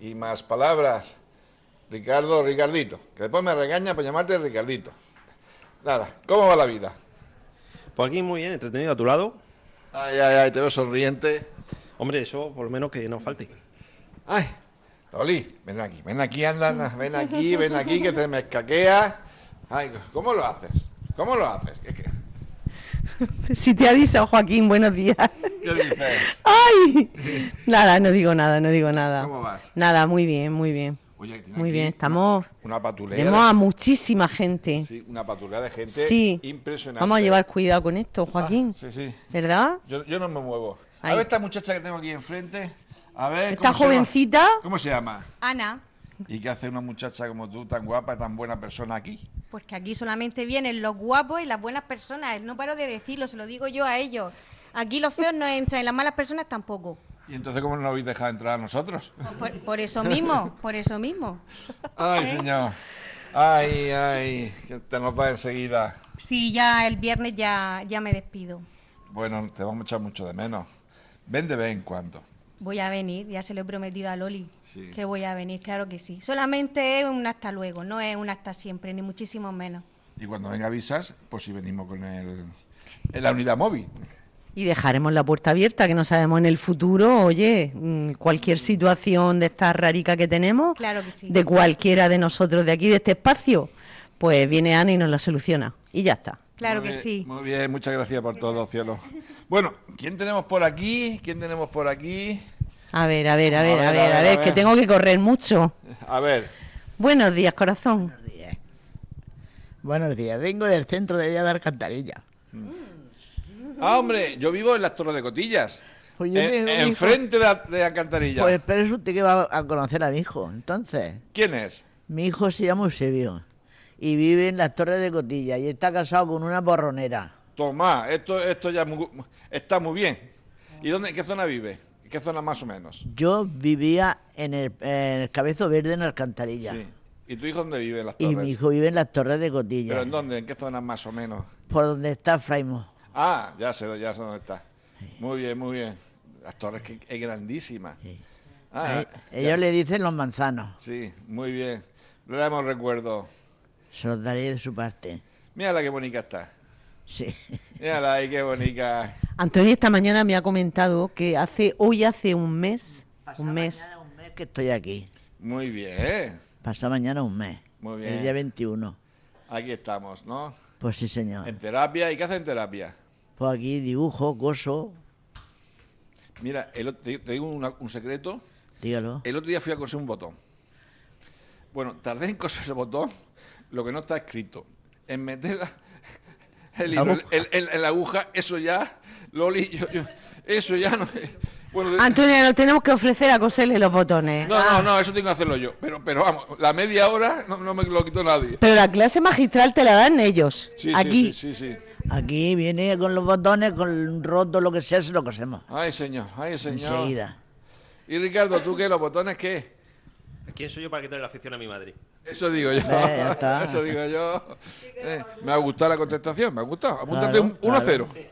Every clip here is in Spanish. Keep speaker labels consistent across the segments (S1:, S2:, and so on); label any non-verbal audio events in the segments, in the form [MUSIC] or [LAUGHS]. S1: Y Más Palabras. Ricardo, Ricardito, que después me regaña por llamarte Ricardito. Nada, ¿cómo va la vida?
S2: Pues aquí muy bien, entretenido a tu lado.
S1: Ay, ay, ay, te veo sonriente.
S2: Hombre, eso por lo menos que no falte.
S1: Ay, Loli, ven aquí, ven aquí, anda, anda, ven aquí, ven aquí, que te me escaqueas. Ay, ¿cómo lo haces? ¿Cómo lo haces? ¿Qué, qué-
S3: [LAUGHS] Si te avisa Joaquín, buenos días.
S1: qué dices?
S3: ¡Ay! Nada, no digo nada, no digo nada.
S1: ¿Cómo vas?
S3: Nada, muy bien, muy bien.
S1: Oye, tiene
S3: Muy
S1: aquí
S3: bien, estamos.
S1: Una, una patulea.
S3: Tenemos a muchísima gente.
S1: de- sí, una patulea de gente
S3: Sí.
S1: impresionante.
S3: Vamos a llevar cuidado con esto, Joaquín.
S1: Ah, sí, sí.
S3: ¿Verdad?
S1: Yo, yo no me muevo. A
S3: Ahí.
S1: ver esta muchacha que tengo aquí enfrente. A ver.
S3: Esta
S1: ¿cómo se llama?
S3: jovencita.
S1: ¿Cómo se llama?
S4: Ana,
S1: ¿Y qué hace una muchacha como tú, tan guapa, tan buena persona aquí?
S4: pues que aquí solamente vienen los guapos y las buenas personas. No paro de decirlo, se lo digo yo a ellos. Aquí los feos no entran y las malas personas tampoco.
S1: ¿Y entonces cómo no nos habéis dejado entrar a nosotros?
S4: Pues por, por eso mismo, por eso mismo.
S1: Ay,
S4: Eh.
S1: señor. Ay, ay, que te nos va enseguida.
S4: Sí, ya el viernes ya, ya me despido.
S1: Bueno, te vamos a echar mucho de menos. Ven de vez en cuando.
S4: Voy a venir, ya se lo he prometido a Loli
S1: Sí.
S4: que voy a venir, claro que sí. Solamente es un hasta luego, no es un hasta siempre, ni muchísimo menos.
S1: Y cuando venga avisas, pues si venimos con el, en la unidad móvil.
S3: Y dejaremos la puerta abierta, que no sabemos en el futuro, oye, mm, cualquier situación de esta rarica que tenemos,
S4: Claro que sí.
S3: de cualquiera de nosotros de aquí, de este espacio, pues viene Ana y nos la soluciona. Y ya está.
S4: Claro
S1: Muy
S4: que
S1: bien,
S4: sí.
S1: Muy bien, muchas gracias por todo, cielo. Bueno, ¿quién tenemos por aquí? ¿Quién tenemos por aquí?
S3: A ver, a ver, a ver, a ver, a ver, que
S1: ver.
S3: tengo que correr mucho.
S1: A ver,
S3: Buenos días, corazón.
S5: Buenos días. Buenos días. Vengo del centro de Villa de Alcantarilla.
S1: Ah, hombre, yo vivo en las Torres de Cotillas.
S5: Pues yo
S1: En-
S5: tengo un hijo.
S1: Enfrente de la, de la alcantarilla.
S5: Pues pero es usted que va a conocer a mi hijo. Entonces,
S1: ¿Quién es?
S5: mi hijo se llama Eusebio y vive en las Torres de Cotilla y está casado con una borronera.
S1: Tomás, esto, esto ya mu- está muy bien. ¿Y dónde, en qué zona vive? ¿En qué zona más o menos?
S5: Yo vivía en el, en el Cabezo Verde en Alcantarilla
S1: Sí. ¿Y tu hijo dónde vive en las Torres?
S5: y mi hijo vive en las Torres de Cotilla,
S1: ¿Pero en dónde? ¿En qué zona más o menos?
S5: por donde está Fraimo.
S1: Ah, ya sé, ya sé dónde está. Muy bien, muy bien. Las Torres que es grandísima. Ah,
S5: Eh, Ellos le dicen los manzanos.
S1: sí, muy bien. Le damos recuerdo.
S5: Se los daré de su parte.
S1: Mírala qué bonita está.
S5: Sí.
S1: Mírala ahí, qué bonita.
S3: Antonio esta mañana me ha comentado que hace hoy hace un mes, un mes.
S5: Mañana un mes que estoy aquí.
S1: Muy bien.
S5: Pasa mañana un mes.
S1: Muy bien.
S5: El día 21.
S1: Aquí estamos, ¿no?
S5: Pues sí, señor.
S1: En terapia, ¿y qué haces en terapia?
S5: Pues aquí dibujo, coso,
S1: Mira, el otro- te te digo una- un secreto.
S5: dígalo.
S1: El otro día fui a coser un botón. Bueno, tardé en coser el botón lo que no está escrito. En meter la, el
S5: La
S1: hilo
S5: aguja.
S1: en- en- en la aguja, eso ya, Loli, yo- yo- eso ya no. Bueno, de-
S3: Antonio, nos tenemos que ofrecer a coserle los botones. Ah,
S1: no, no, no, eso tengo que hacerlo yo. Pero, pero vamos, la media hora no, no me lo quitó nadie.
S3: Pero la clase magistral te la dan ellos,
S1: Sí, sí,
S3: aquí.
S1: sí, sí, sí.
S5: Aquí viene con los botones, con el roto, lo que sea, se lo cosemos.
S1: Ay, señor, ay, señor.
S5: Enseguida.
S1: Y Ricardo, ¿tú qué? ¿Los botones qué?
S2: ¿Quién soy yo para quitarle la afición a mi madre?
S1: Eso digo yo.
S5: ya está.
S1: [LAUGHS] Eso digo yo. Eh, me ha gustado la contestación, me ha gustado. Apúntate
S5: Claro,
S1: un 1 a
S5: claro.
S1: 0.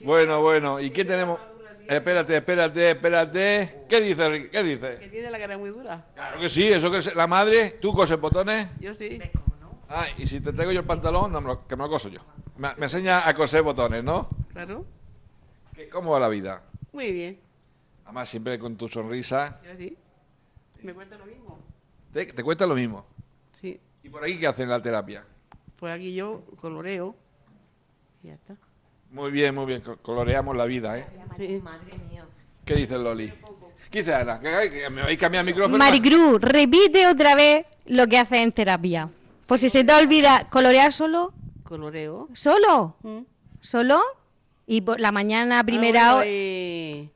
S1: Bueno, bueno. ¿Y qué tenemos? Espérate, espérate, espérate. ¿Qué dice? Rick? ¿Qué
S6: Que
S1: dice?
S6: tiene la cara muy dura.
S1: Claro que sí, eso que es la madre. ¿Tú coses botones?
S6: Yo sí.
S1: Ah, y si te traigo yo el pantalón, no me lo- que me lo coso yo. Me, me enseña a coser botones, ¿no?
S6: Claro.
S1: ¿Qué- ¿Cómo va la vida?
S6: Muy bien.
S1: Además, siempre con tu sonrisa.
S6: Yo sí. Me cuenta lo mismo.
S1: Te, te cuesta lo mismo.
S6: Sí.
S1: ¿Y por aquí qué hacen la terapia?
S6: Pues aquí yo coloreo. Y ya está.
S1: Muy bien, muy bien. co- Coloreamos la vida, ¿eh?
S6: Sí.
S1: ¿Qué dice Loli? ¿Qué dice Ana? ¿Que- que ¿Me vais a cambiar el micrófono?
S4: Maricruz, repite otra vez lo que haces en terapia. Por si se te olvida colorear solo,
S6: Coloreo.
S4: solo,
S6: Mm.
S4: solo, y por la mañana a
S6: Ah,
S4: primera
S6: bueno,
S4: hora.
S6: eh,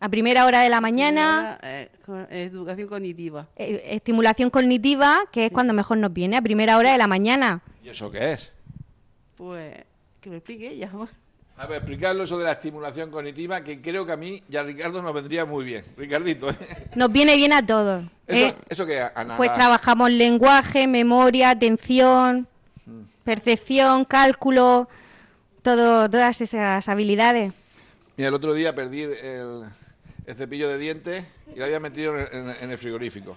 S4: A primera hora de la mañana,
S6: Eh, con- educación cognitiva.
S4: eh, estimulación cognitiva, que es cuando mejor nos viene, a primera hora de la mañana.
S1: ¿Y eso qué es?
S6: Pues que lo explique ella. [LAUGHS]
S1: A ver, explicarlo eso de la estimulación cognitiva, que creo que a mí y a Ricardo nos vendría muy bien. Ricardito, ¿eh?
S4: Nos viene bien a todos.
S1: ¿Eso,
S4: ¿eh?
S1: eso qué, Ah, Ana?
S4: Pues trabajamos lenguaje, memoria, atención,
S1: Mm.
S4: percepción, cálculo, todo, todas esas habilidades.
S1: Mira, el otro día perdí el, el cepillo de dientes y lo había metido en, en- en el frigorífico.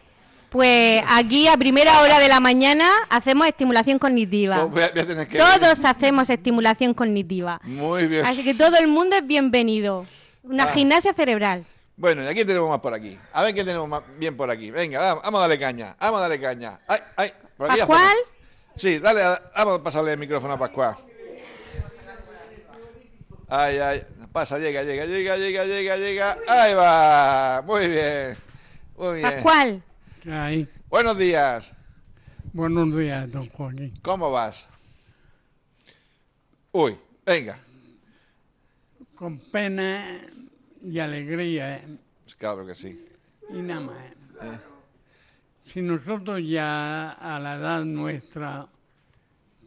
S4: Pues aquí a primera hora de la mañana hacemos estimulación cognitiva.
S1: Pues voy, a, voy a tener que... Mm.
S4: Todos hacemos estimulación cognitiva.
S1: Muy bien.
S4: Así que todo el mundo es bienvenido. Una
S1: Ah.
S4: gimnasia cerebral.
S1: Bueno, y aquí tenemos más por aquí. A ver qué tenemos más bien por aquí. Venga, va- vamos a darle caña. Vamos a darle caña. Ay, ay, por aquí
S4: ¿Pascual?
S1: hacemos. Sí, dale, a- vamos a pasarle el micrófono a Pascual. Ay, ay, pasa, llega, llega, llega, llega, llega, llega. Ahí va. Muy bien. Muy bien.
S4: Pascual,
S7: Ahí.
S1: Buenos días.
S7: Buenos días, don Joaquín.
S1: ¿Cómo vas? Uy, venga.
S7: Con pena y alegría eh,
S1: Claro que sí.
S7: y nada más.
S1: Eh.
S7: Si nosotros ya a la edad nuestra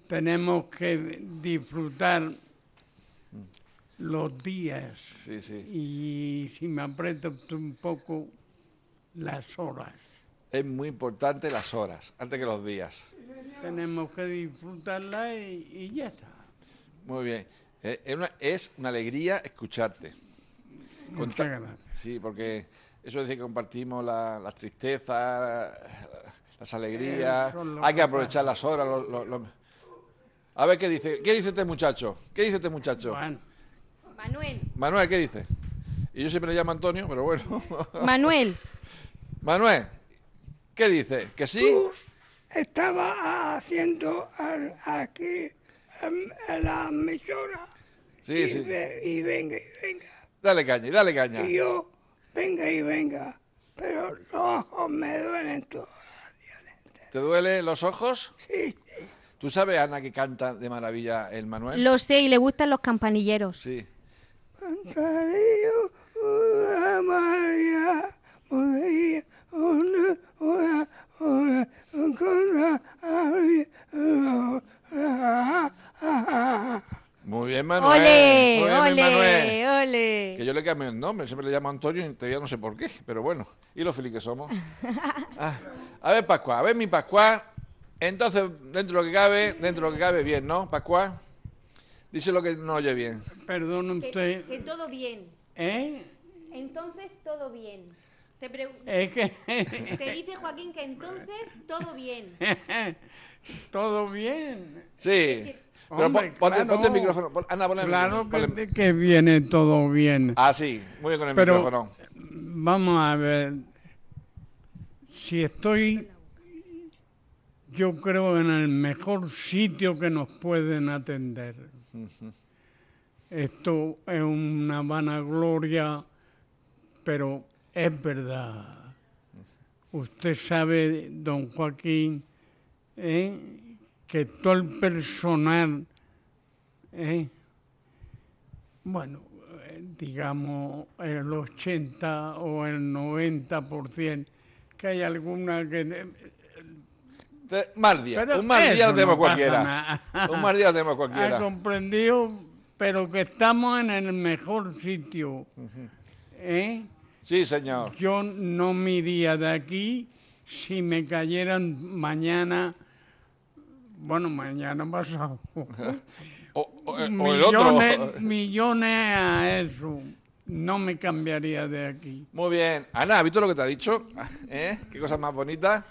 S7: tenemos que disfrutar los días
S1: Mm. Sí, sí.
S7: y si me aprieto un poco las horas,
S1: Es muy importante las horas, antes que los días.
S7: tenemos que disfrutarlas y, y ya está.
S1: Muy bien. Eh, es, una, es una alegría escucharte. Conta-
S7: Muchas gracias.
S1: Sí, porque eso es decir, compartimos la- las tristezas, las alegrías.
S7: son los
S1: Hay que
S7: papás.
S1: aprovechar las horas. lo- lo- lo- A ver qué dice. ¿Qué dice este muchacho? ¿Qué dice este muchacho?
S7: Bueno,
S1: [LAUGHS]
S4: Manuel,
S1: Manuel, ¿qué dice? Y yo siempre le llamo Antonio, pero bueno.
S4: Manuel,
S1: [LAUGHS] Manuel, ¿qué dice? ¿Que sí?
S8: estaba haciendo al- aquí em, en la emisora.
S1: Sí,
S8: y,
S1: sí.
S8: ve- y venga, y venga.
S1: Dale caña, dale caña.
S8: Y yo, venga y venga. Pero los ojos me duelen todos.
S1: ¿Te duelen los ojos?
S8: Sí,
S1: ¿Tú sabes, Ana, que canta de maravilla el Manuel?
S4: lo sé y le gustan los campanilleros.
S1: Sí.
S8: Cantarío, una María, María, una, una, una, una, una, ah, una.
S1: Muy bien, Manuel.
S4: Ole,
S1: Muy bien, mi Manuel.
S4: ole,
S1: Que
S4: ole.
S1: yo le cambié el nombre, siempre le llamo Antonio y todavía no sé por qué, pero bueno, y lo feliz que
S7: [LAUGHS]
S1: somos. Ah, a ver, Pascual, a ver mi Pascual. Entonces, dentro de lo que cabe, dentro de lo que cabe, bien, ¿no, Pascual? Dice lo que no oye bien.
S7: perdone usted,
S4: todo bien.
S7: ¿eh?
S4: Entonces todo bien. Te,
S7: Es
S1: Eh.
S7: que...
S4: dice Joaquín que entonces todo bien.
S7: [LAUGHS] Todo bien.
S1: Sí. Pero
S7: Hombre,
S1: pon- ponte,
S7: claro.
S1: ponte el micrófono. pon- Ana, ponle el
S7: Claro
S1: micrófono.
S7: que, que viene todo bien.
S1: Ah, sí, muy bien con el
S7: Pero-
S1: micrófono.
S7: Vamos a ver. Si estoy, yo creo, en el mejor sitio que nos pueden atender. Esto es una vanagloria, pero es verdad. Usted sabe, don Joaquín, ¿eh? que todo el personal, ¿eh? bueno, eh, digamos el 80 o el 90%, que hay alguna que...
S1: Te- Mal día.
S7: Pero
S1: un mal
S7: eso
S1: día lo tenemos
S7: no pasa
S1: cualquiera.
S7: nada.
S1: Un mal día lo tenemos
S7: [LAUGHS] ha
S1: cualquiera.
S7: comprendido, pero que estamos en el mejor sitio. ¿eh?
S1: Sí, señor.
S7: Yo no me iría de aquí si me cayeran mañana, bueno, mañana pasado.
S1: O, o- eh, o el
S7: millones,
S1: otro.
S7: millones a eso. No me cambiaría de aquí.
S1: Muy bien. Ana, ¿has visto lo que te ha dicho? [LAUGHS] ¿Eh? Qué cosas más bonitas.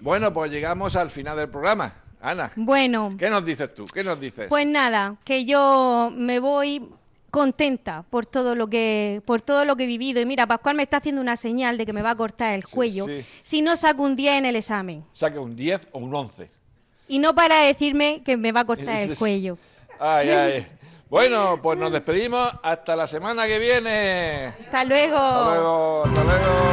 S1: Bueno, pues llegamos al final del programa. Ana,
S4: Bueno,
S1: ¿qué nos dices tú? ¿Qué nos dices?
S4: pues nada, que yo me voy contenta por todo lo que por todo lo que he vivido y mira Pascual me está haciendo una señal de que me va a cortar el cuello
S1: sí.
S4: si no saco un 10 en el examen
S1: Saca un 10 o un 11.
S4: y no para de decirme que me va a cortar el
S1: [LAUGHS] Dices-
S4: cuello
S1: Ay, ay. Bueno, pues nos despedimos hasta la semana que viene.
S4: hasta luego,
S1: Hasta luego, hasta luego.